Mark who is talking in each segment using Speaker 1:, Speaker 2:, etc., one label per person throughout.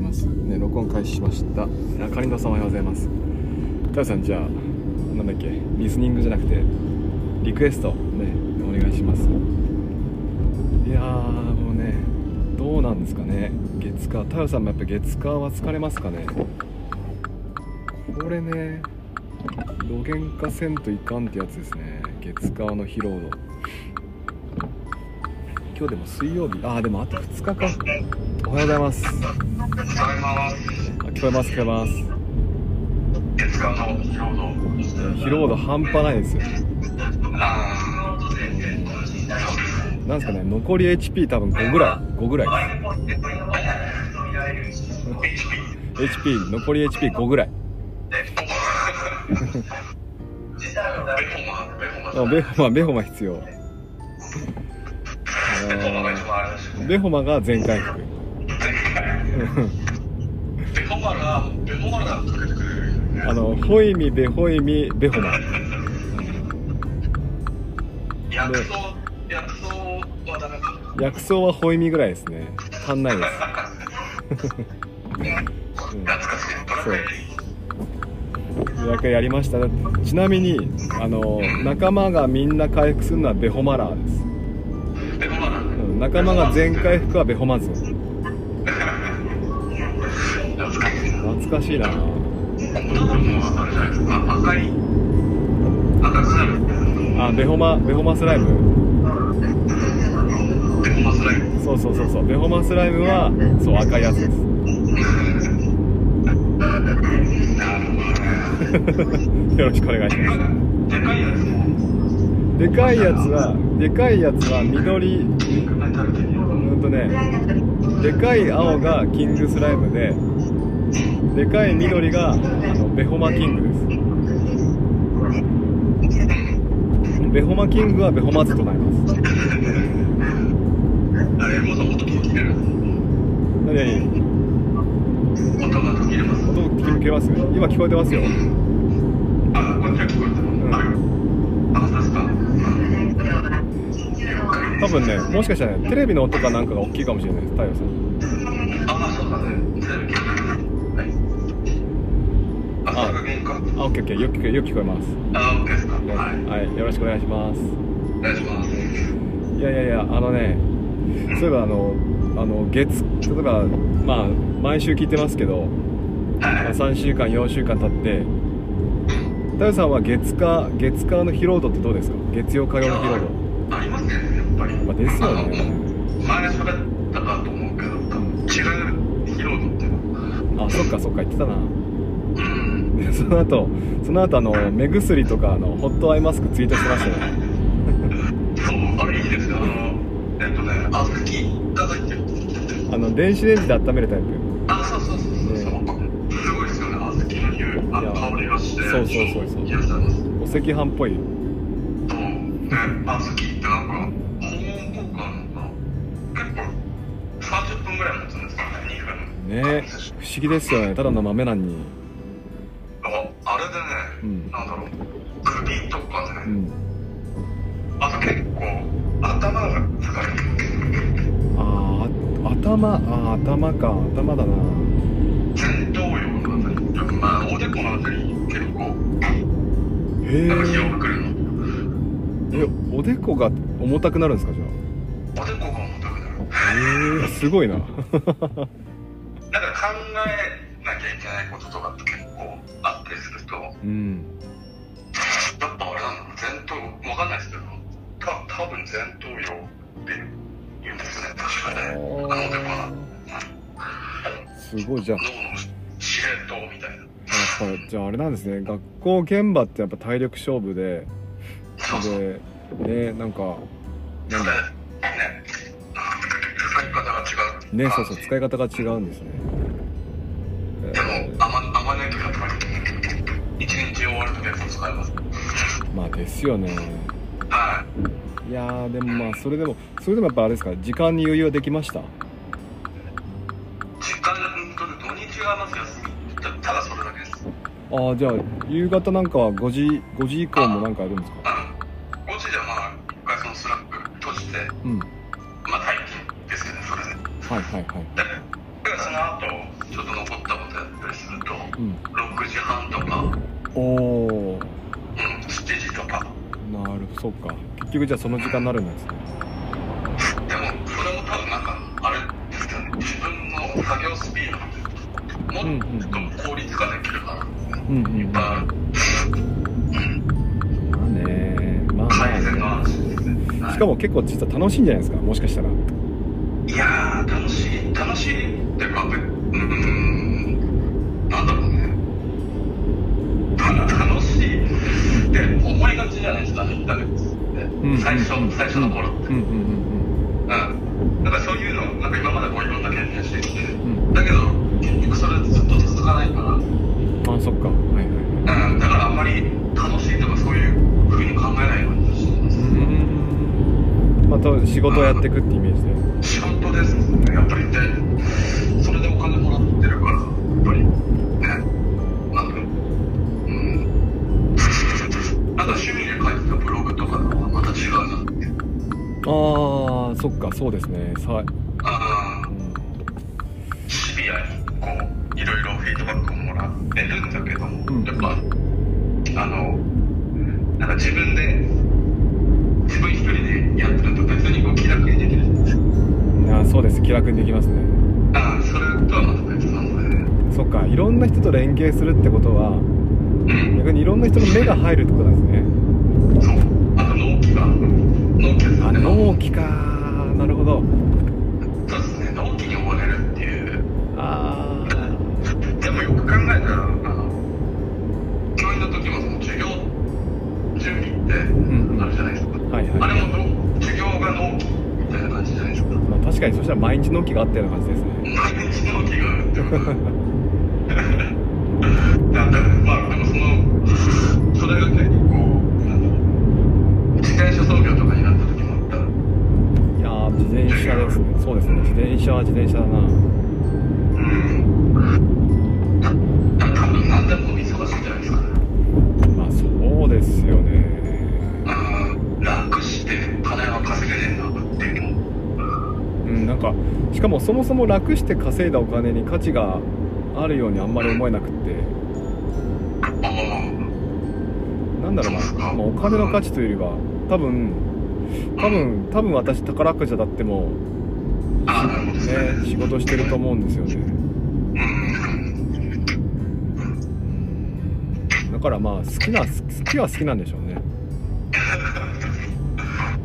Speaker 1: ますね録音開始しましたあかりんとうさんおはようございますたださんじゃあなんだっけリスニングじゃなくてリクエストねお願いしますいやーもうねどうなんですかね月火太陽さんもやっぱ月火は疲れますかねこれね露減化せんといかんってやつですね月火の疲労度今日でも水曜日ああでもあと2日かおはようございます
Speaker 2: 使い
Speaker 1: あ
Speaker 2: ます。
Speaker 1: 聞こえます聞こえます
Speaker 2: 月間の疲労度。
Speaker 1: 疲労度半端ないですよ
Speaker 2: あー
Speaker 1: なんですかね残り HP 多分5ぐらい5ぐらいです HP 残り HP5 ぐらい
Speaker 2: ベポマ、ベポマ。
Speaker 1: あベホマベホマ必要
Speaker 2: ベポマが一番あれですよ
Speaker 1: ベホマが全回復
Speaker 2: ベポマが、ベポマがかけてくれる。
Speaker 1: あのホイミベホイミベホマ
Speaker 2: 薬草、薬草はダメか。
Speaker 1: 薬草はホイミぐらいですね足んないですうん
Speaker 2: 懐かしい。
Speaker 1: そう予約やりましただってちなみにあの仲間がみんな回復するのはベホマラーです、
Speaker 2: ベポマな
Speaker 1: うんん、仲間が全回復はベホマズ
Speaker 2: だ。懐かし
Speaker 1: 懐かしい
Speaker 2: いな。
Speaker 1: な
Speaker 2: 女の子もあれじゃないですか。赤い、赤くなる。
Speaker 1: あベホマベホマスライム
Speaker 2: ベポマスライム。
Speaker 1: そうそうそうそうベホマスライムはそう赤いやつです よろしくお願いします
Speaker 2: でかいやつも、
Speaker 1: でかいやつはでかいやつは緑
Speaker 2: メンタル的に。
Speaker 1: うんとねでかい青がキングスライムででかい緑があのベホマキングですベホマキングはベホマズとなります
Speaker 2: あれ、もう音も切れる。
Speaker 1: 何々
Speaker 2: 音が途切れます。
Speaker 1: 音聞けます今聞こえてますよ
Speaker 2: あ、こっちは聞こえてます。あ、そうですか。
Speaker 1: 多分ねもしかしたら、ね、テレビの音かなんかが大きいかもしれないです太陽さん
Speaker 2: あ、そうだね。はい。あ、削減か。
Speaker 1: あオッケーオッケーよく聞こえよく聞こえます
Speaker 2: あ、OK ですか。は
Speaker 1: はい、よろしくお願いします
Speaker 2: い。お願いします。
Speaker 1: いやいやいやあのねそういえばあのあの月例えばまあ毎週聞いてますけど、まあ3週間4週間経って太陽さんは月火月火の疲労度ってどうですか月曜火曜の疲労
Speaker 2: ありますね、やっぱり。
Speaker 1: 度、まあ、ですよ
Speaker 2: あの
Speaker 1: ね
Speaker 2: 前喋ったかと思うけど、多分違う疲労度っていうの。
Speaker 1: あそっかそっか言ってたなでその後その後あの目薬とかあのホットアイマスクツイートしてましたよね
Speaker 2: そう、あれいいですね。あの、えっとね、あずきいただいてる。
Speaker 1: あの電子レンジで温めるタイプ
Speaker 2: あ、そうそうそうそうそう。すごいですよね。小豆の匂い、あの香りがして。
Speaker 1: そうそうそうそう
Speaker 2: 癒されます。
Speaker 1: お赤飯っぽい
Speaker 2: と、ね、小豆ってなんか、保温効果あるのかな。結構、三十分ぐらい持つんですかね。二
Speaker 1: ね
Speaker 2: 分。
Speaker 1: 不思議ですよねただの豆なのに
Speaker 2: あ、あれでね、
Speaker 1: うん
Speaker 2: なんだろう。首とかね、
Speaker 1: うん
Speaker 2: あと結構、頭が疲れる。
Speaker 1: あーあ頭あー頭か頭だな
Speaker 2: 前頭葉のあたり、よくまあ、おでこのあたり、結構、
Speaker 1: へ
Speaker 2: なんか疲労がくるの。
Speaker 1: ええおでこが重たくなるんですかじゃ
Speaker 2: おでこが重たくなる。
Speaker 1: あへえすごいな
Speaker 2: なんか考えなきゃいけないこととかって結構あったりすると、や
Speaker 1: うん
Speaker 2: っぱあれなんだろう、前頭、わかんないですけど、た多分前頭葉って言うんですよね、確かね。あのでもな、
Speaker 1: すごいじゃあ
Speaker 2: 脳の司令塔みたいな。
Speaker 1: やっぱじゃああれなんですね学校現場ってやっぱ体力勝負で
Speaker 2: そうそう。
Speaker 1: でねなんか
Speaker 2: そ
Speaker 1: なん
Speaker 2: れ
Speaker 1: だ
Speaker 2: ね、使い方が違う。
Speaker 1: ねそうそう使い方が違うんですねえ
Speaker 2: でも、あま、あまねぎがとか、一日終わると結構使います。
Speaker 1: ーまあですよね
Speaker 2: はい。
Speaker 1: いやーでもまあそれでもそれでもやっぱあれですか時間に余裕はできました
Speaker 2: 時間、うんと土日がまず休み。たただそれだけです。
Speaker 1: ああじゃあ夕方なんかは5時5時以降もなんかやるんですか
Speaker 2: あの、5時でまあ、一回そのスラック閉じて、
Speaker 1: うんは
Speaker 2: まあ、退勤ですけど、それで。
Speaker 1: いはいはい
Speaker 2: で、だからその後、ちょっと残ったことやったりすると、
Speaker 1: うん
Speaker 2: 6時半とか、う
Speaker 1: おお
Speaker 2: ん、7時とか。
Speaker 1: なるそうか結局じゃあその時間になるんですね
Speaker 2: でも、それも多分なんか、あれですよね、自分の作業スピードもっと効率化できるから、
Speaker 1: うん
Speaker 2: いっぱいあ
Speaker 1: ま
Speaker 2: る。
Speaker 1: あねまあま
Speaker 2: 改善の
Speaker 1: あ
Speaker 2: 話ですね。はい
Speaker 1: しかも結構実は楽しいんじゃないですかもしかしたら
Speaker 2: いやー、楽しい、楽しいってか、うーん、なんだろうね。た楽しいって思いがちじゃないですか、インターネットって。最初、最初の頃って。
Speaker 1: うんうん
Speaker 2: うん。なんかそういうの、なんか今までこういろんな経験してきて、
Speaker 1: ん
Speaker 2: だけど、結局それずっと続かないか
Speaker 1: うんうんあそっかはいはいはい
Speaker 2: ら、うん、だからあんまり楽しいとかそういう風に考えないようにしてます。
Speaker 1: また仕事をやっていくってイメージで
Speaker 2: 仕事ですねやっぱりねそれでお金もらってるからやっぱりねなんかうん なんか趣味で書いてたブログとかのはまた違うなって
Speaker 1: ああそっかそうですねさ、
Speaker 2: あ
Speaker 1: う
Speaker 2: あ
Speaker 1: ん、
Speaker 2: シビアにこういろいろフィードバックをもらってるんだけども、
Speaker 1: うん
Speaker 2: やっぱあのなんか自分で自分一人でやってると別にこう気楽にできるじゃないですか
Speaker 1: いやそうです気楽にできますね
Speaker 2: ああそれとはまた別なのでね
Speaker 1: そっかいろんな人と連携するってことは
Speaker 2: うん
Speaker 1: 逆にいろんな人の目が入るってことなんですね
Speaker 2: そう。あと納期が、納期です
Speaker 1: あ
Speaker 2: ね。
Speaker 1: 納期かなるほど
Speaker 2: そうですね。納期に追われるっていう。
Speaker 1: あ
Speaker 2: でもよく考えたら、あの、教員の時もその授業準備ってあるじゃないですか。
Speaker 1: はいはい
Speaker 2: あれもの授業が納期みたいな感じじゃないで すか。
Speaker 1: あ、まあ、確かにそしたら毎日納期があったような感じですね
Speaker 2: 毎日納期があるってことだなんだまあでもそのそれが結構なんだろう自転車操業とかになった時もあった
Speaker 1: いやー自転車ですねそうですね自転車は自転車だな
Speaker 2: うんた多分何でも忙しいじゃないですかね
Speaker 1: まあそうですよね
Speaker 2: うん楽して金は稼げねえなっていう
Speaker 1: うんなんかしかもそもそも楽して稼いだお金に価値があるようにあんまり思えなくって
Speaker 2: ああ
Speaker 1: なんだろうな、まあ、お金の価値というよりは多分多分多分私宝くじだっても
Speaker 2: ああなるほどですね
Speaker 1: ね仕事してると思うんですよねだからまあ好きな好きは好きなんでしょうね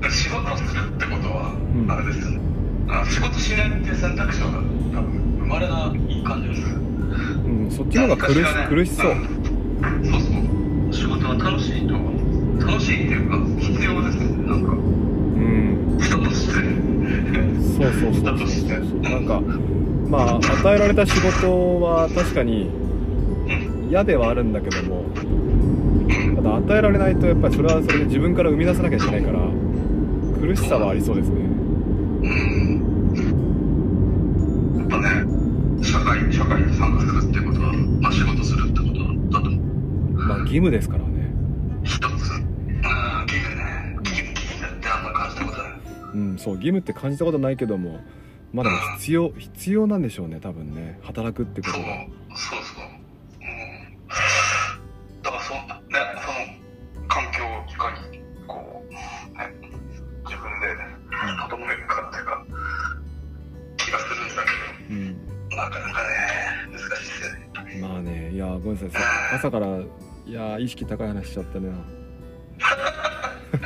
Speaker 2: 仕事をするってこと
Speaker 1: うん
Speaker 2: はあれですよね、あ仕事しないっていう選択肢は多分生まれない感じでする
Speaker 1: うんそっちの方が苦し,、苦しそう
Speaker 2: うんそうそう仕事は楽しいと思う楽しいっていうか必要ですねなんか
Speaker 1: うん
Speaker 2: 人として
Speaker 1: そうそうそ
Speaker 2: だ
Speaker 1: う
Speaker 2: と
Speaker 1: そ
Speaker 2: し
Speaker 1: う
Speaker 2: て
Speaker 1: なんかまあ与えられた仕事は確かに嫌ではあるんだけどもただ与えられないとやっぱりそれはそれで自分から生み出さなきゃいけないから苦しさはありそうですね
Speaker 2: うんやっぱね社会社会に参加するっていうことは、まあ、仕事するってことだと思う
Speaker 1: まあ義務ですからね
Speaker 2: 一つああ義務ね義務義務ってあんま感じたことない
Speaker 1: うんそう義務って感じたことないけどもまあでも必要必要なんでしょうね多分ね働くってこ
Speaker 2: そ
Speaker 1: と
Speaker 2: う
Speaker 1: が
Speaker 2: そうそううんだからそんなねその環境をいかにこう、ね、自分で整えるかっていうか気がするんだけ
Speaker 1: うん
Speaker 2: どなかなかね難しいですよね
Speaker 1: まあねいやごめんなさいさ朝からいや意識高い話しちゃったね
Speaker 2: いや全部エモー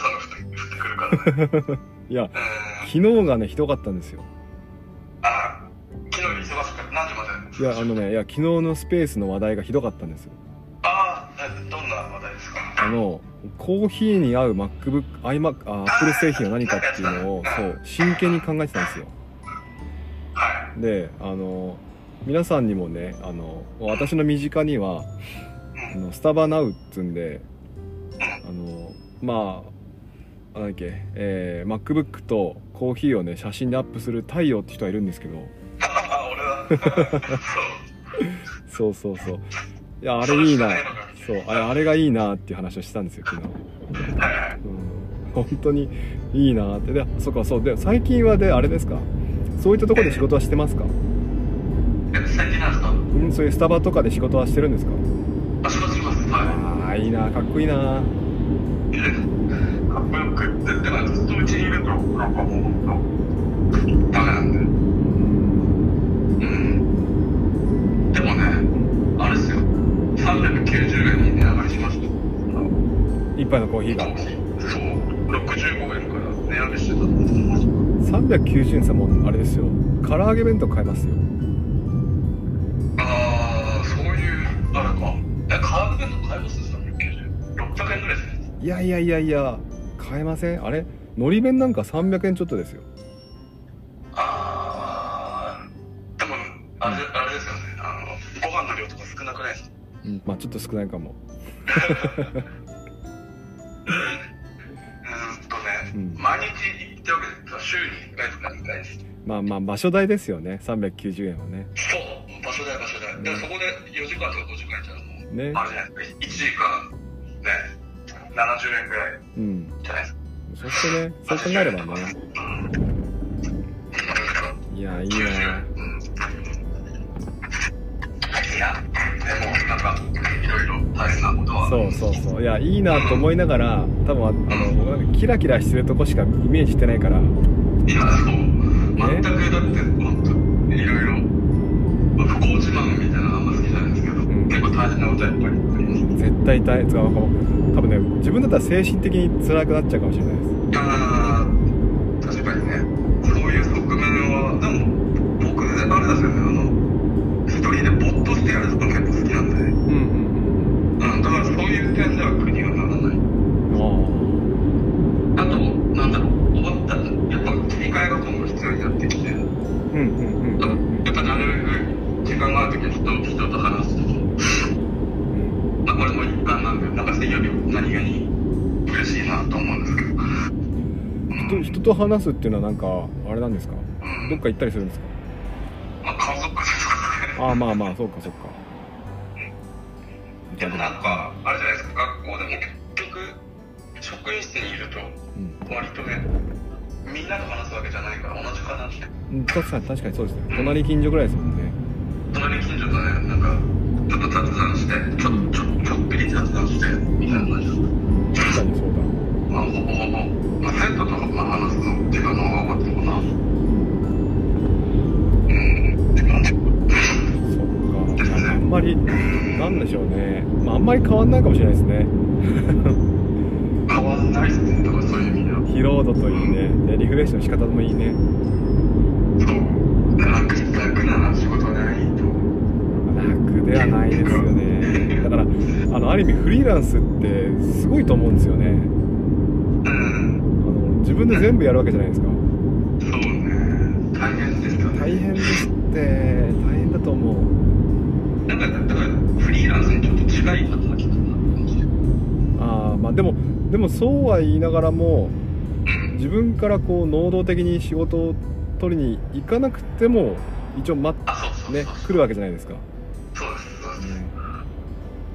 Speaker 2: さんが降って降ってくるからね
Speaker 1: いや
Speaker 2: うん
Speaker 1: 昨日がねひどかったんですよ
Speaker 2: あ昨日忙しかった何時まで
Speaker 1: いやあのねいや昨日のスペースの話題がひどかったんですよ
Speaker 2: ああえどんな話題ですか
Speaker 1: あのコーヒーに合う MacBook iMac あ Apple 製品は何かっていうのをそう真剣に考えてたんですよ
Speaker 2: はい
Speaker 1: であの皆さんにもねあの私の身近にはあのスタバナウっつうんであのまあなんだっけ、えー MacBook とコーヒーをね写真でアップする太陽って人がいるんですけど
Speaker 2: あ俺だそう
Speaker 1: そうそうそういやあれいいな
Speaker 2: そ
Speaker 1: そううあれあれがいいなっていう話をしてたんですよ昨日、うん、本当にいいなってでそっかそうで最近はであれですかそういったところで仕事はしてますか
Speaker 2: え最近なんですか
Speaker 1: うんそういうスタバとかで仕事はしてるんですか
Speaker 2: あ、仕事します。は。
Speaker 1: ああいいなかっこいいない
Speaker 2: いいですかっこよくって、でもずっとうちにいると、なんかもう、本当ダメなんで。うん。でもね、あれですよ。390円に値上がりしました。
Speaker 1: 一杯のコーヒーが
Speaker 2: そう、65円から値上げしてたと思いま
Speaker 1: 390円さもうあれですよ唐揚げ弁当買えますよ
Speaker 2: す。ああ、そういう、あれか。え、カード弁当買います3 9 0 600円ぐらいですね。
Speaker 1: いやいやいやいや買えませんあれのり弁なんか300円ちょっとですよ
Speaker 2: ああ、でも、あれ、あれですよね。あの、ご飯の量とか少なくないですか
Speaker 1: うんまあちょっと少ないかも
Speaker 2: ずっとね、
Speaker 1: うん
Speaker 2: 毎日行ってわけですから週に1回とか2回です
Speaker 1: まあまあ場所代ですよね390円はね
Speaker 2: そう場所代場所代、でそこで4時間とか5時間やったらもう、
Speaker 1: ね
Speaker 2: あれじゃないですか1時間ね70円ぐらい
Speaker 1: うん
Speaker 2: じゃないですか
Speaker 1: そしてねそう考えればねいやいいな
Speaker 2: うんいやでもなんかいろいろ大変なことは
Speaker 1: そうそうそういやいいなと思いながら多分ああのキラキラしてるとこしかイメージしてないから
Speaker 2: いやそう全くだって本当いろいろまあ不幸自慢みたいなのあんま好きじゃないんですけど、
Speaker 1: ん
Speaker 2: 結構大変なことはやっぱりあります
Speaker 1: 絶対大変多分ね自分だったら精神的に辛くなっちゃうかもしれないです
Speaker 2: いやー確かにねそういう側面はでも僕あれですよねあの一人でぼっとしてやるの結構好きなんで、う
Speaker 1: うんうん
Speaker 2: ん、だからそういう点では苦にはならない
Speaker 1: うん
Speaker 2: あとなんだろう終わったらやっぱ切り替えが今度必要になってきてやっ
Speaker 1: ああうんうんうんうんうん
Speaker 2: ぱなるべく時間がある時は人人と話すまあこれも一般なんでなんか水曜日何気に嬉しいなと思うんですけ
Speaker 1: 人
Speaker 2: ど
Speaker 1: 人と話すっていうのはなんかあれなんですか
Speaker 2: うん
Speaker 1: どっか行ったりするんですか
Speaker 2: まあ家族ですからね
Speaker 1: ああまあまあそうかそうか
Speaker 2: でもなんかあれじゃないですか学校でも結局職員室にいると
Speaker 1: うん
Speaker 2: 割とねみんなと話すわけじゃないから同じかなって
Speaker 1: うん確かに確かにそうですね隣近所ぐらいですもんね
Speaker 2: 隣近所とねなんかちょっと雑談してちょちょちょっぴり雑談してみたいな感じです
Speaker 1: 確かにそうだ
Speaker 2: まあほぼほぼ、まあ、生徒とまあ話すの時間の方が多かったかなうんって感じ
Speaker 1: そっかいやあんまりなんでしょうねまああんまり変わんないかもしれないですね
Speaker 2: 変わんないっすねとかそういう意味では
Speaker 1: 疲労度といいねでリフレッシュの仕方もいいね
Speaker 2: そう楽楽な仕事はないと
Speaker 1: 楽ではないですよねだからあのある意味フリーランスってすごいと思うんですよね
Speaker 2: うん
Speaker 1: あの自分で全部やるわけじゃないですか
Speaker 2: そうね大変ですよね
Speaker 1: 大変ですって大変だと思う
Speaker 2: なんか、だから、フリーランスにちょっと違い働き方な感じで。
Speaker 1: ああまあでもでもそうは言いながらも自分からこう能動的に仕事を取りに行かなくても一応待っ
Speaker 2: あ、そうそうそう。
Speaker 1: ね来るわけじゃないですか、ね、
Speaker 2: そうです、そう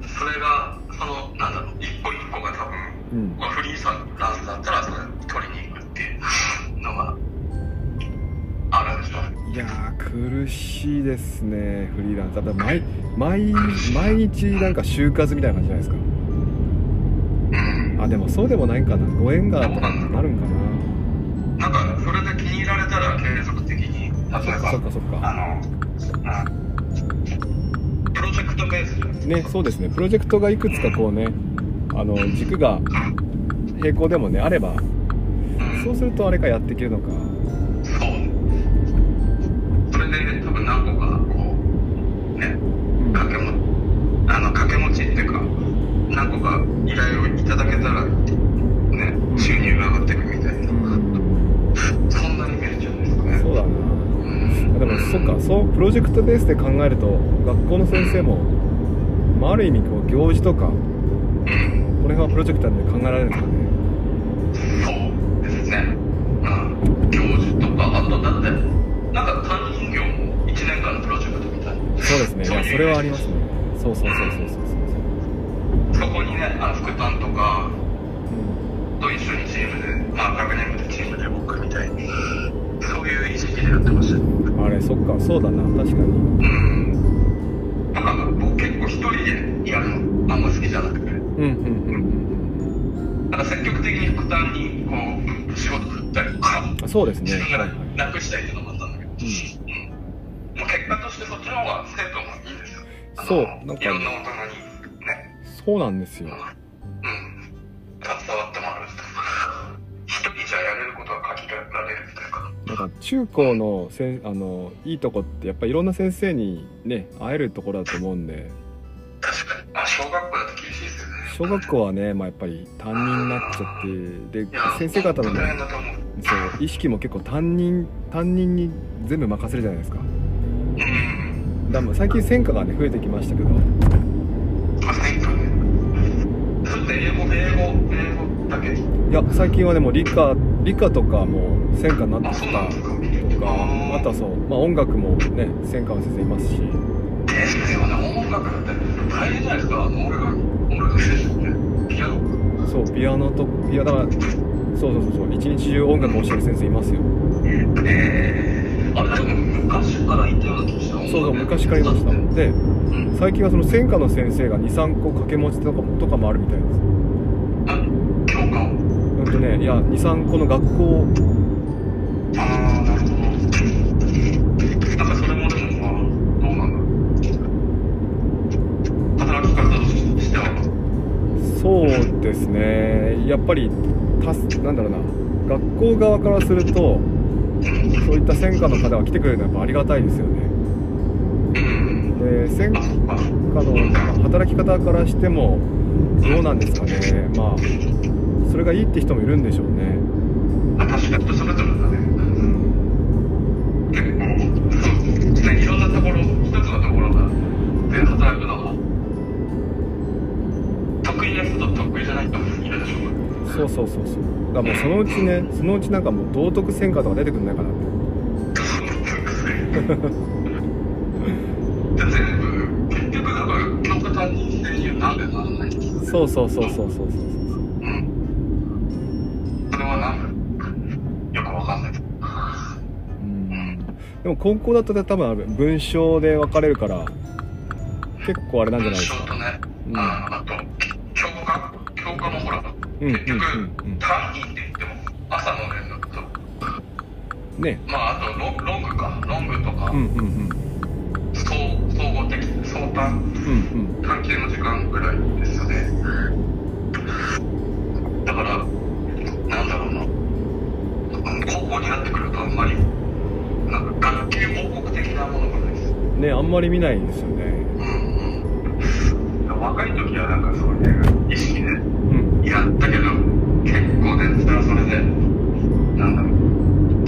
Speaker 2: です。それが、その、なんだろう、一個一個が多分、
Speaker 1: うん
Speaker 2: まあ、フリーランスだったら、それ取りに行くっていうのが、あるんでしょうね。
Speaker 1: いやー苦しいですねフリーランスだから毎毎毎日なんか就活みたいな感じじゃないです
Speaker 2: うん。
Speaker 1: かあでもそうでもないかなご縁があるかななるんか
Speaker 2: なんか、それで気に入られたら、継続的に、例えば
Speaker 1: な、そっかそっかそっか
Speaker 2: あの、うん、プロジェクトベースじゃないですか。
Speaker 1: ねそうですねプロジェクトがいくつかこうねあの軸が平行でもねあれば
Speaker 2: うん
Speaker 1: そうするとあれかやっていけるのか
Speaker 2: そうそれで多分何個かこうね
Speaker 1: うん
Speaker 2: 掛けもあの掛け持ちっていうか何個か依頼をいただけたらね収入が上がっていくみたいなそんなに見えちゃうんですかね
Speaker 1: そうだな
Speaker 2: う
Speaker 1: んでもそっかそうプロジェクトベースで考えると学校の先生も、まあ、ある意味こう行事とかこ
Speaker 2: うん
Speaker 1: の辺はプロジェクターで考えられるんですかね
Speaker 2: そうですねうん教授とかあとだってなんか担任業も1年間のプロジェクトみたいな
Speaker 1: そうですねいやそれはありますねそうそうそうそうそうそう
Speaker 2: そこにねあの副担とかと一緒にチームで、まあ、学年部でチームで僕みたいに、そういう意識でやってました。
Speaker 1: そうだな確かに
Speaker 2: うん。なんか僕結構一人でやるのあんま好きじゃなくて、
Speaker 1: うんうんうん
Speaker 2: なんか積極的に負担にこう、仕事振ったりとか、
Speaker 1: うんそうですね
Speaker 2: 自分
Speaker 1: はいは
Speaker 2: が
Speaker 1: い
Speaker 2: 楽したいっていうのもあったんだけど、うん。まあ結果としてそっちの方がステップもいいんですよ。あの
Speaker 1: そうなんか
Speaker 2: いろんな大人にね。
Speaker 1: そうなんですよ
Speaker 2: うん携わってもらうとか一人じゃやれることは限られるみたいな
Speaker 1: なんか中高のせんあのいいとこってやっぱりいろんな先生にね会えるところだと思うんで
Speaker 2: 確かにあ小学校だと厳しいですよね
Speaker 1: 小学校はね、まあ、やっぱり担任になっちゃってで
Speaker 2: いや
Speaker 1: 先生方の
Speaker 2: 本当大変
Speaker 1: ね
Speaker 2: だと思う
Speaker 1: そう意識も結構担任担任に全部任せるじゃないですか
Speaker 2: うん
Speaker 1: だからまあ最近専科がね増えてきましたけど
Speaker 2: あそうかねちょっと英語英語英語だけ
Speaker 1: いや最近はでも理科理科とかも専科になって
Speaker 2: あ
Speaker 1: き
Speaker 2: そうなんです
Speaker 1: た
Speaker 2: か
Speaker 1: とか
Speaker 2: あ
Speaker 1: あとはそう、まあ、音楽もね専科の先生いますし
Speaker 2: ですよね音楽って大変じゃないですかあの音楽音楽選手ってピアノ
Speaker 1: そうピアノとピアだからそうそうそうそう一日中音楽を教える先生いますよ
Speaker 2: ええあれでも昔からいたような気がした
Speaker 1: そうそう昔からいましたで
Speaker 2: うん
Speaker 1: 最近はその専科の先生が23個掛け持ちとかもとかもあるみたいです
Speaker 2: あ教科を
Speaker 1: うんとねいや23個の学校を
Speaker 2: ああ、なるほど。なんかそれもでも、まあ、どうなんだろう。働き方としては、
Speaker 1: そうですねやっぱりたすなんだろうな学校側からするとそういった専科の方が来てくれるのはやっぱありがたいですよね
Speaker 2: うん。
Speaker 1: で専
Speaker 2: あ、そっか。
Speaker 1: 科のまあ働き方からしてもどうなんですかねまあそれがいいって人もいるんでしょうね
Speaker 2: あ、確かに人それぞれだ
Speaker 1: う
Speaker 2: ね。
Speaker 1: ん
Speaker 2: 結構、そうね、いろんなところ、一つのところが、で働くのが、得意な人と得意じゃない人もいるでしょ
Speaker 1: そう
Speaker 2: う
Speaker 1: そうそうそうだからもうそのうちねそのうちなんかもう道徳専科とか出てくんないかなって
Speaker 2: じゃあ全部、結局なんか、教科担任制にはなんでならないんですか
Speaker 1: そうそうそうそうそうそうそう
Speaker 2: うん。それはなんよくわかんない。
Speaker 1: うんでも高校だと多分あれ文章で分かれるから結構あれなんじゃないです
Speaker 2: 文章と
Speaker 1: か
Speaker 2: ね、
Speaker 1: うん
Speaker 2: ああと、教科、教科もほら、
Speaker 1: うんうん
Speaker 2: 結局、
Speaker 1: うんうん
Speaker 2: 単位って言っても、朝の連絡と、
Speaker 1: ね
Speaker 2: まあ、あとロ、ロングか、ロングとか、
Speaker 1: うんうんうん
Speaker 2: 総総合的、相単、
Speaker 1: うん
Speaker 2: 探究の時間ぐらいですよね。だから、なんだろうな、あの高校になってくると、あんまり、なんか、学級報告的なものがないです。
Speaker 1: うんねあんまり見ないですよね
Speaker 2: 若い時はなんかそういう意識で
Speaker 1: うん
Speaker 2: やったけど結構全然それでなんだろう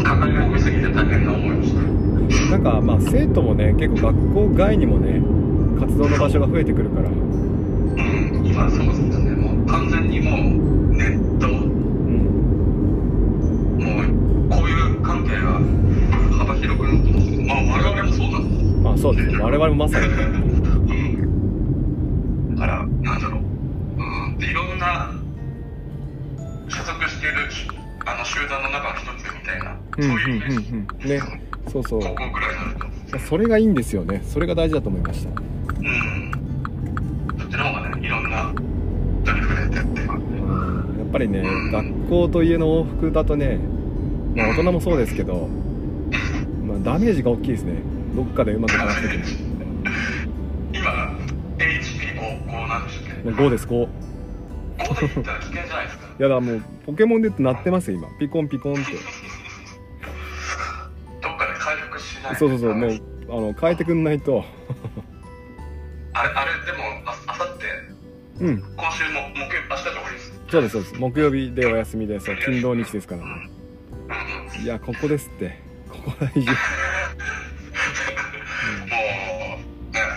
Speaker 2: 抱え込みすぎて大変な思いをし
Speaker 1: な
Speaker 2: た
Speaker 1: んかまあ生徒もね結構学校外にもね活動の場所が増えてくるから、う
Speaker 2: うん今そうですねもう完全にもうネットも
Speaker 1: ん、
Speaker 2: うこういう関係が幅広くなってますけどまあ我々もそうなんです
Speaker 1: まあそうですね我々もまさに
Speaker 2: うんだから、なんだろう、うん、でいろんな所属しているあの集団の中の一つみたいな、
Speaker 1: うん
Speaker 2: そういうイメージ、
Speaker 1: うんうんうんねそうそう
Speaker 2: 高校ぐらいになると、
Speaker 1: それがいいんですよねそれが大事だと思いました
Speaker 2: うん、そっちの方がね、いろんな人に触れてっていうか、
Speaker 1: うんやっぱりね学校と家の往復だとね、まあ、大人もそうですけ ど、まあ、ダメージが大きいですねどっかでうまく話して て
Speaker 2: 今、HP5 なんでしたっけ、
Speaker 1: 5です5
Speaker 2: 5でいったら危険じゃないですか。
Speaker 1: いやだからもうポケモンでって鳴ってますよ今ピコンピコンって
Speaker 2: どっかで回復しない
Speaker 1: そうそうそうもうあの変えてくんないと
Speaker 2: あれあれでもああさって
Speaker 1: うん
Speaker 2: 今週も木曜日明日で終わりです
Speaker 1: そうですそうです木曜日でお休みでそう勤労日ですから
Speaker 2: うん
Speaker 1: ね
Speaker 2: うん
Speaker 1: いやここですってここ大 事
Speaker 2: もうね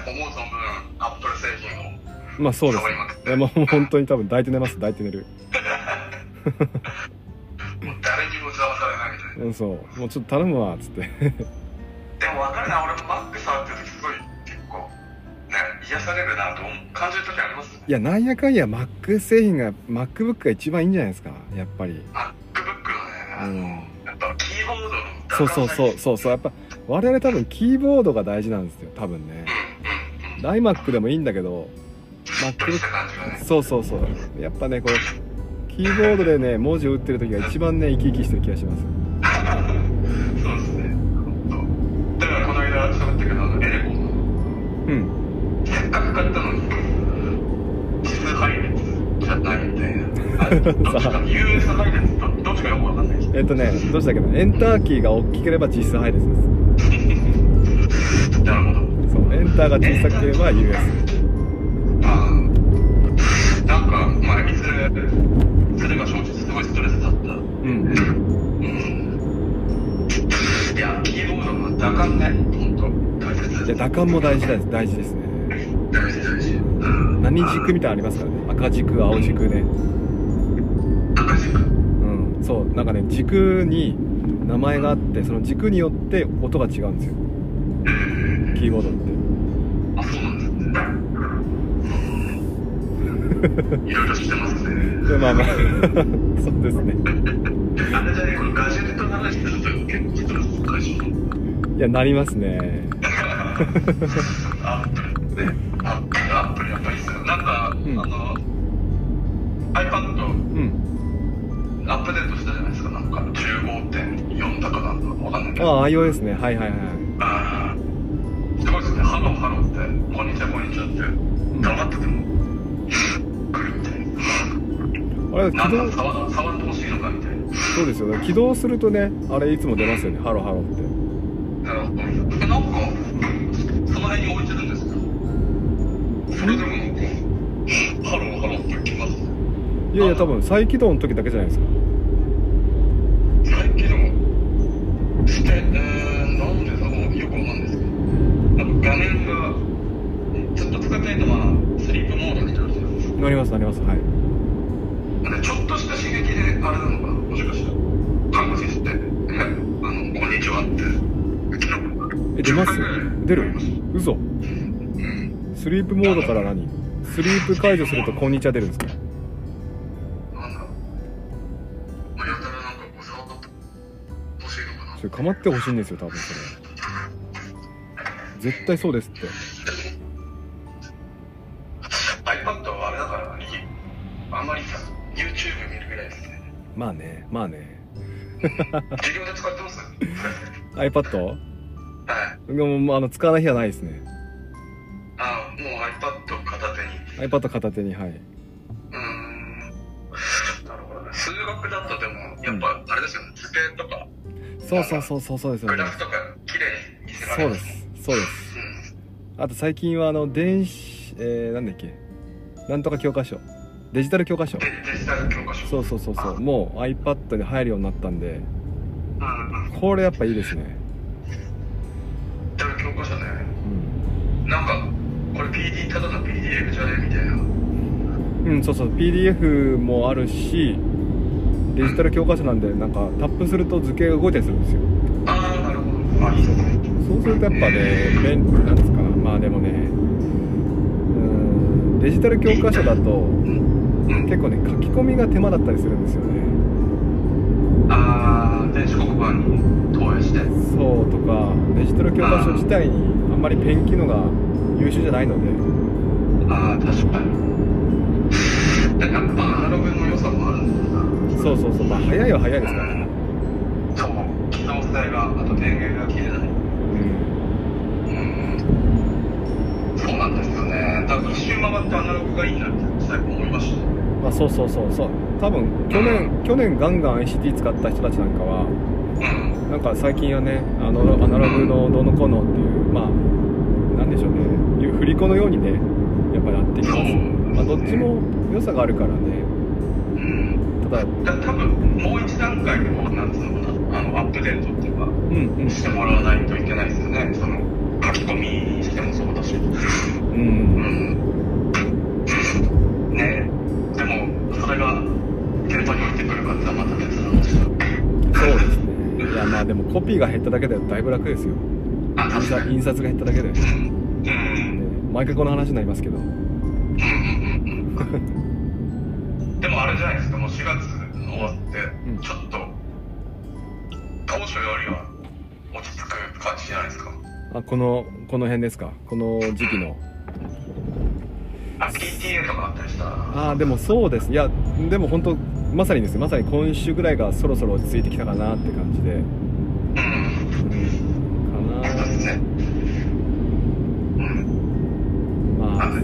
Speaker 2: 思う存分アップル製品を
Speaker 1: まあそうです
Speaker 2: 触りまくっ
Speaker 1: い
Speaker 2: て
Speaker 1: やもう本当に多分抱いて寝ます抱いて寝る
Speaker 2: もう誰にも邪魔されないみたいな
Speaker 1: うんそうもうちょっと頼むわっつって
Speaker 2: でも分かるな俺も Mac 触ってる時すごい結構ね癒されるなと思う感じる時ありますね
Speaker 1: いやなんやかんや Mac 製品が MacBook が一番いいんじゃないですかやっぱり
Speaker 2: MacBook のね、あの
Speaker 1: うん
Speaker 2: やっぱキーボードの
Speaker 1: そうそうそうそうそうやっぱ我々多分キーボードが大事なんですよ多分ね iMac でもいいんだけど
Speaker 2: しっとりした感じがね
Speaker 1: そうそうそうやっぱねこうキーボードでね文字を打ってる時が一番ね生き生きしてる気がします
Speaker 2: そうですね本当だからこの間喋ったけどあのエレコン
Speaker 1: うん
Speaker 2: せっかく買ったのに実配列じゃないみたいなあどっちか US 配列どどっちかよくわかんないし
Speaker 1: えっとねどうしたっけなエンターキーが大きければ実数配列です
Speaker 2: なるほど
Speaker 1: そうエンターが小さければ US
Speaker 2: あーなんかまあいずれそれが正直すごいストレスだった
Speaker 1: うん
Speaker 2: うんいやキーボードも打感ね本当大切
Speaker 1: じゃ打感も大事です大事ですね
Speaker 2: 大事大事うん
Speaker 1: 何軸みたいなのありますからね赤軸青軸ね
Speaker 2: 赤軸
Speaker 1: うんそうなんかね軸に名前があってその軸によって音が違うんですよキーボードっ
Speaker 2: あそうなんですねうんいろいろ知ってますね
Speaker 1: てでまあまあ そうですね
Speaker 2: あれじゃねこのガジェットの話すると結構ストレス解消
Speaker 1: いやなりますね
Speaker 2: アップルねアップルアップルやっぱりいいっすよなんか、
Speaker 1: ん
Speaker 2: あの iPad
Speaker 1: うん
Speaker 2: アップデートしたじゃないですかなんか15.4だかなんかわかんないけど
Speaker 1: ああ iOS ねはいはいはい
Speaker 2: あーすごいですね、ハローハローって、こんにちは、こんにちはって、黙ってても、 来るみたい
Speaker 1: あれ
Speaker 2: な、な
Speaker 1: 起
Speaker 2: ん
Speaker 1: 動
Speaker 2: だ、触触ってほしいのかみたい
Speaker 1: そうですよね起動するとねあれいつも出ますよねハローハローって
Speaker 2: な、なるほど、なんか、その辺に置いてるんですよ、それでもなんか、ハローハローって来ます、
Speaker 1: いやいや多分再起動の時だけじゃないですか
Speaker 2: 最近でも、して、えー、なんでだろう、よくわかんないですけど、なんか画面が、ずっと使ってないと、まあ、スリープモードになるじゃないですか。
Speaker 1: なりますなりますはい
Speaker 2: なんかちょっとした刺激であれなのかなもしかしたら看護師って「あのこんにちは」ってうちの子が
Speaker 1: え出ます
Speaker 2: 10回ぐらい
Speaker 1: 出
Speaker 2: あり
Speaker 1: る
Speaker 2: ます
Speaker 1: 嘘
Speaker 2: うん
Speaker 1: スリープモードから何スリープ解除すると「こんにちは」出るんですか
Speaker 2: なんだろうまあやたらなんかこう触ってほしいのかな
Speaker 1: それ構ってほしいんですよ多分それ絶対そうですって
Speaker 2: iPad はあれだからあんまりさ YouTube 見るぐらいですね
Speaker 1: まあねまあね
Speaker 2: 授業で使ってますは
Speaker 1: iPad?
Speaker 2: い
Speaker 1: でももうあの使わない日はないですね
Speaker 2: あもう iPad を片手に
Speaker 1: iPad 片手にはいう
Speaker 2: ーんなるほどね数学だとでもやっぱあれですよね図形とか
Speaker 1: そうそうそうそうそうですよ
Speaker 2: グ
Speaker 1: ね
Speaker 2: ラフとか綺麗に見せられ
Speaker 1: そう
Speaker 2: る
Speaker 1: ですそうです
Speaker 2: うん
Speaker 1: あと最近はあの電子えー、なんだっけなんとか教科書デジタル教科書
Speaker 2: でデジタル教科書
Speaker 1: そうそうそうそうもう iPad に入るようになったんで
Speaker 2: うんうん
Speaker 1: これやっぱいいですね
Speaker 2: デジタル教科書ね
Speaker 1: う、
Speaker 2: なんかこれ PD ただの PDF じゃねみたいなん
Speaker 1: うん、そうそう PDF もあるしデジタル教科書なんでなんかタップすると図形が動いたりするんですよ
Speaker 2: ああなるほどあいいですね
Speaker 1: そうするとやっぱね便利なんですかまあでもねうんデジタル教科書だと
Speaker 2: うんうん
Speaker 1: 結構ね書き込みが手間だったりするんですよね
Speaker 2: ああ電子黒板に投影して
Speaker 1: そうとかデジタル教科書自体にあんまりペン機能が優秀じゃないので
Speaker 2: ああ確かにでやっぱアナログの良さもあるんだ
Speaker 1: そうそうそうまあ早いは早いですから
Speaker 2: な
Speaker 1: ね
Speaker 2: うんそう機能性があと電源が切れない
Speaker 1: うん
Speaker 2: うんそうなんですよね。だから一周回ってアナログがいいなって最後思いました。
Speaker 1: まあそうそうそうそう多分去年去年ガンガン ICT 使った人たちなんかは
Speaker 2: うん。
Speaker 1: なんか最近はねあのアナログのどうのこうのっていうまあなんでしょうねいう振り子のようにねやっぱやっていきます、
Speaker 2: そう
Speaker 1: まあ、どっちも良さがあるからね
Speaker 2: うん。
Speaker 1: ただ
Speaker 2: だ多分もう一段階でもなんつうのかなあのアップデートっていうか
Speaker 1: うんうん
Speaker 2: してもらわないといけないですよね。その書き込みにしてもそうだし。う
Speaker 1: うん
Speaker 2: ん。ねえ。でもそれが店頭に置いてくるかってまた別の話だ。
Speaker 1: そうですねいやまあでもコピーが減っただけでだいぶ楽ですよ
Speaker 2: あ
Speaker 1: 印
Speaker 2: 確か
Speaker 1: 刷
Speaker 2: に。
Speaker 1: 印刷が減っただけで、ね
Speaker 2: うん。うん。
Speaker 1: 毎回この話になりますけど
Speaker 2: うんうんうんうんでもあれじゃないですかもう4月の終わって、
Speaker 1: ん
Speaker 2: ちょっと当初よりは落ち着く感じじゃないですか。
Speaker 1: あこのこの辺ですかこの時期の
Speaker 2: あ、PTA とかあったりしたら。
Speaker 1: ああでもそうですいやでも本当まさにですねまさに今週ぐらいがそろそろ落ち着いてきたかなって感じで
Speaker 2: うん。
Speaker 1: うんか
Speaker 2: そうですね。うん。
Speaker 1: なまあ
Speaker 2: はい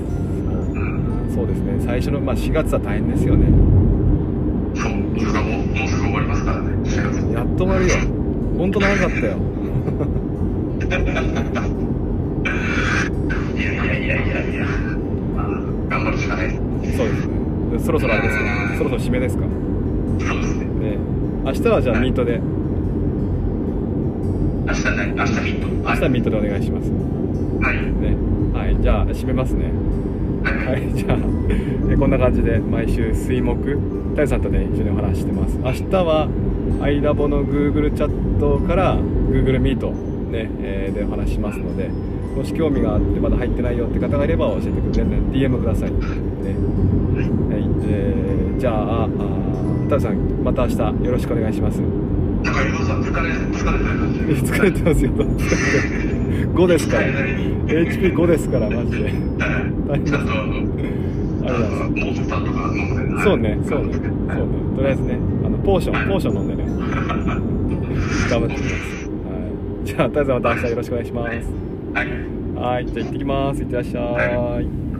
Speaker 1: そうそうですね最初の、まあ、4月は大変ですよね
Speaker 2: そう。それがもう、もうすぐ終わりますからね。4
Speaker 1: やっと終わるよ本当長かったよ
Speaker 2: 月いやいやいやいやいや。まあ頑張るしかない。
Speaker 1: そうですねでそろそろあれですかそろそろ締めですか
Speaker 2: そうですね。
Speaker 1: ね明日はじゃあミートで
Speaker 2: 明日ね、明日ミット。
Speaker 1: 明日はミートでお願いしますね
Speaker 2: はい。
Speaker 1: はいじゃあ締めますね
Speaker 2: はい。
Speaker 1: はい、じゃあ、えこんな感じで毎週水木、太陽さんとね、一緒にお話ししてます。明日は、アイラボの Google チャットから Google Meet、ねえーでお話ししますので、もし興味があってまだ入ってないよって方がいれば教えてくれて、ね、DM ください。ねはいえーじゃあ、あー太陽さん、また明日よろしくお願いします。
Speaker 2: なんか、ゆうさん、疲れ、疲れてる感じ
Speaker 1: え。疲れてますよ、5ですから、HP5 ですから、マジで。
Speaker 2: はい。ちゃんと、あの、
Speaker 1: ありがとうございます
Speaker 2: あのモーツァルトとか飲んで、はい
Speaker 1: そうね、そうね、そうね。とりあえずね、あのポーション、ポーション飲んでね。頑張ってきます。はい。じゃあ、とりあえずまた明日よろしくお願いします。
Speaker 2: はい。
Speaker 1: はい、じゃあ行ってきます。いってらっしゃい。